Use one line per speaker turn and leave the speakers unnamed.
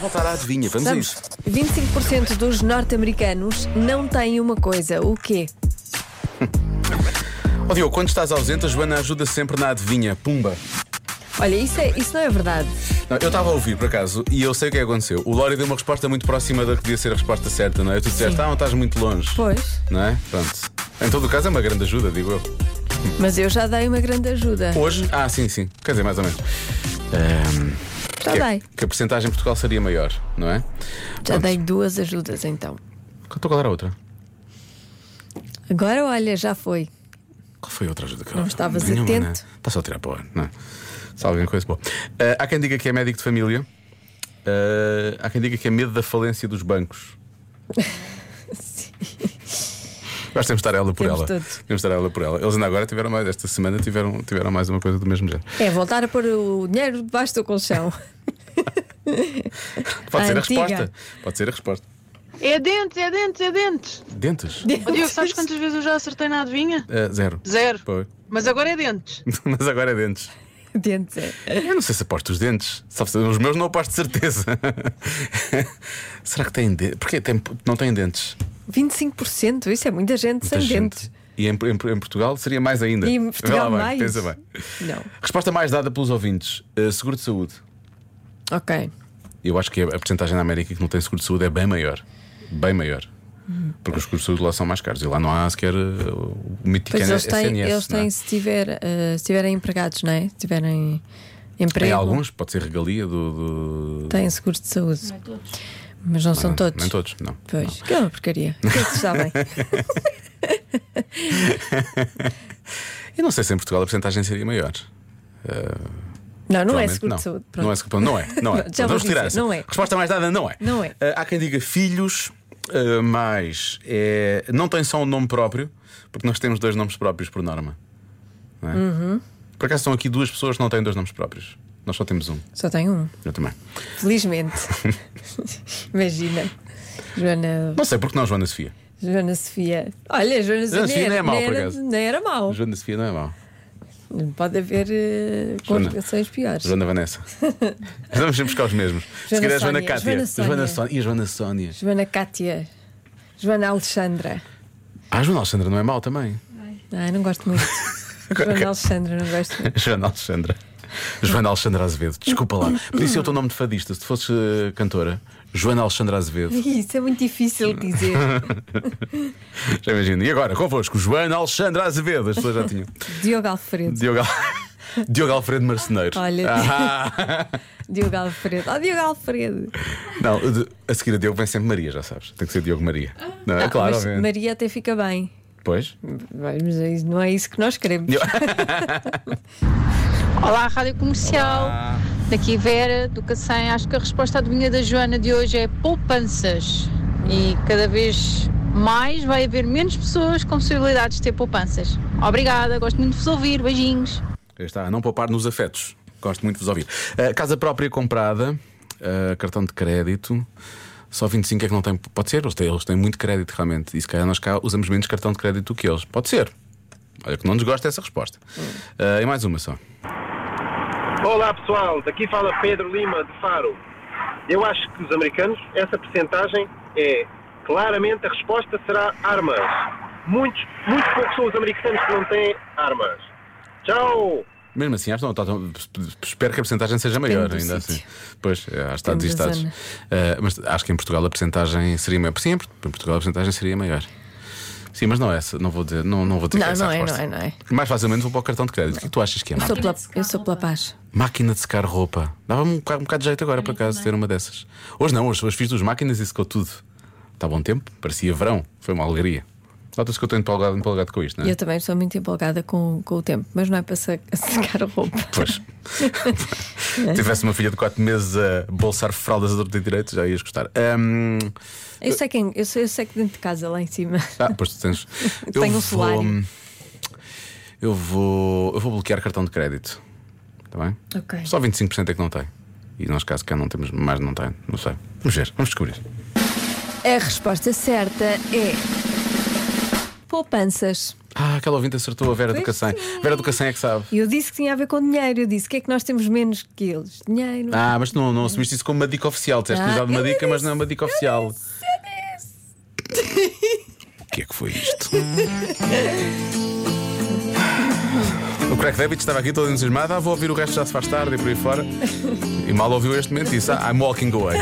voltar à adivinha, vamos, a
Vamos.
isso.
25% dos norte-americanos não têm uma coisa. O quê?
Ó Diogo, quando estás ausente, a Joana ajuda sempre na adivinha. Pumba.
Olha, isso, é- isso não é verdade.
Não, eu estava a ouvir, por acaso, e eu sei o que é que aconteceu. O Lório deu uma resposta muito próxima da que devia ser a resposta certa, não é? Tu disseste, ah, não estás muito longe.
Pois.
Não é? Pronto. Em todo o caso, é uma grande ajuda, digo eu.
Mas eu já dei uma grande ajuda.
Hoje? Ah, sim, sim. Quer dizer, mais ou menos.
Já
que,
dei.
que a porcentagem em Portugal seria maior, não é?
Já dei duas ajudas então.
Estou qual era a outra?
Agora olha, já foi.
Qual foi a outra ajuda que eu
Não estavas
Nenhuma,
atento.
né? Está só a tirar para o ar, não é? Se há alguma coisa boa. Ah, há quem diga que é médico de família. Ah, há quem diga que é medo da falência dos bancos. Nós temos de estar ela por
Temos
ela.
todos.
Temos de estar ela por ela. Eles ainda agora tiveram mais, esta semana tiveram, tiveram mais uma coisa do mesmo género.
É voltar a pôr o dinheiro debaixo do colchão.
Pode
A
ser a
antiga.
resposta. Pode ser a resposta.
É dentes, é dentes, é dentes.
Dentes?
Ó, Diogo, sabes quantas vezes eu já acertei na adivinha?
Ah, zero.
Zero.
Pois.
Mas agora é dentes.
Mas agora é dentes.
Dentes é.
Eu não sei se aposto os dentes. Sabe, se- os meus não aposto de certeza. Será que têm dentes? Porquê tem- não têm dentes?
25%, isso é muita gente
Muita
sem
gente.
dentes.
E em, em- em Portugal seria mais ainda.
E em
Vê
Portugal
lá bem,
mais?
Pensa bem.
Não.
Resposta mais dada pelos ouvintes: eh, seguro de saúde.
Ok.
Eu acho que a a porcentagem na América que não tem seguro de saúde é bem maior. Bem maior. Porque os seguros de saúde lá são mais caros. E lá não há sequer eh, o mítico
Pois eles têm,
SNS.
eles
não é?
têm se, tiver, eh, se tiverem empregados, não é? Se tiverem emprego.
Em alguns, pode ser regalia do. do-
Têm seguros de saúde.
é
Mas não são
Não,
todos.
Nem todos, não.
Pois, que é uma porcaria. O que é que se sabem?
Eu não sei se em Portugal a porcentagem seria maior.
Não, não é
Provavelmente
seguro de saúde. Pronto.
Não é seguro de saúde. Não é. Não é.
Pronto, já
Vamos
vou
tirar
dizer,
essa.
não é.
Resposta mais dada, não é.
Não é.
Ah, há quem diga filhos, ah, mas é, não tem só um nome próprio, porque nós temos dois nomes próprios por norma. não é?
Uhum.
Por acaso estão aqui duas pessoas que não têm dois nomes próprios. Nós só temos um.
Só tenho um.
Eu também.
Felizmente. Imagina. Joana,
Não sei porque não, Joana Sofia.
Joana Sofia. Olha, Joana Sofia.
Sofia não é mau,
não
por
era,
acaso.
não era mau.
Joana Sofia não é mau.
Pode haver eh,
Joana-
conjugações piores.
Joana Vanessa. Vamos sempre buscar os mesmos. Se
Joana
calhar a Joana
Sónia,
Cátia. Joana
Joana Sónia.
Sónia. E a Joana Sónia.
Joana Cátia. Joana Alexandra.
Ah, a Joana Alexandra não é mau também.
Ai, não gosto muito. Joana Alexandra, não gosto muito.
Joana Alexandra. Joana Alexandra Azevedo, desculpa lá. Podia ser o teu nome de fadista, se tu fosses eh, cantora. Joana Alexandra Azevedo.
Isso é muito difícil de dizer.
Já imagino. E agora, convosco, Joana Alexandra Azevedo. As pessoas já tinham.
Diogo Alfredo.
Diogo, Al... Diogo Alfredo Marceneiro.
Olha.
Ah,
Diogo Alfredo. Oh, Diogo Alfredo.
não, de- a seguir a Diogo vem sempre Maria, já sabes. Tem que ser Diogo Maria. Não é?
Ah,
claro,
mas
obviamente.
Maria até fica bem.
Pois.
Mas é isso- não é isso que nós queremos.
Diogo-
Olá, Rádio Comercial. Daqui Vera, do Cacém. Acho que a resposta à adivinha da Joana de hoje é poupanças. E cada vez mais vai haver menos pessoas com possibilidades de ter poupanças. Obrigada, gosto muito de vos ouvir. Beijinhos.
Aí está, a não poupar nos afetos. Gosto muito de vos ouvir. Ah, casa própria comprada, ah, cartão de crédito. Só 25 é que não tem. Pode ser, eles têm, eles têm muito crédito realmente. E se calhar nós cá usamos menos cartão de crédito do que eles. Pode ser. Olha, que não nos gosta é essa resposta. Ah, e mais uma só.
Olá pessoal, daqui fala Pedro Lima de Faro. Eu acho que os americanos, essa percentagem é claramente a resposta será armas. Muitos, muito poucos são os americanos que não têm armas. Tchau!
Mesmo assim, acho que não, tá tão- espero que a porcentagem seja maior
do
ainda
sítio.
assim. Pois, é, há estados e
Depende da
estados. Ah, mas acho que em Portugal a porcentagem seria maior. Sim, em Portugal a porcentagem seria maior. Sim, mas não é essa, não vou dizer, não, não vou dizer que
Não,
essa
não
a
é,
resposta.
não é, não é.
Mais facilmente vou para o cartão de crédito. O que tu achas que é?
Eu sou pela, eu sou pela paz.
Máquina de secar roupa. Dava-me um, boca- um bocado de jeito
É
agora, por acaso, ter uma dessas. Hoje não, hoje, hoje fiz duas máquinas e secou tudo. Está bom tempo, parecia verão. Foi uma alegria. Nota-se que eu estou empolgado, empolgado com isto, não
E
é?
eu também estou muito empolgada com, com o tempo, mas não é para se- secar a roupa.
Pois. Tivesse uma filha de 4 meses a bolsar fraldas a torta e direito, já ias gostar. Ahm,
Eu sei, quem, eu, sei, eu sei que dentro de casa, lá em cima.
ah, pois tu tens.
Tenho um
vou,
solário.
eu vou. Eu vou bloquear cartão de crédito. Está bem?
Ok.
Só 25% é que não tem. E nós, caso cá, não temos mais, não tem. Não sei. Vamos ver, vamos descobrir.
A resposta certa é. Poupanças.
Ah, aquela ouvinte acertou a Vera do
Pois
Cacém.
sim.
Vera do Cacém é que sabe.
E eu disse que tinha a ver com dinheiro. Eu disse: o que é que nós temos menos que eles? Dinheiro.
Ah, mas tu não, não assumiste isso como uma dica oficial. Teste-nos
Ah,
dado uma
eu
dica, mas
disse,
não é uma dica
eu
oficial.
disse, eu disse.
O que é que foi isto? O Crack David estava aqui todo entusiasmado. Ah, vou ouvir o resto, já se faz tarde e por aí fora. E mal ouviu este momento e disse: ah, I'm walking away.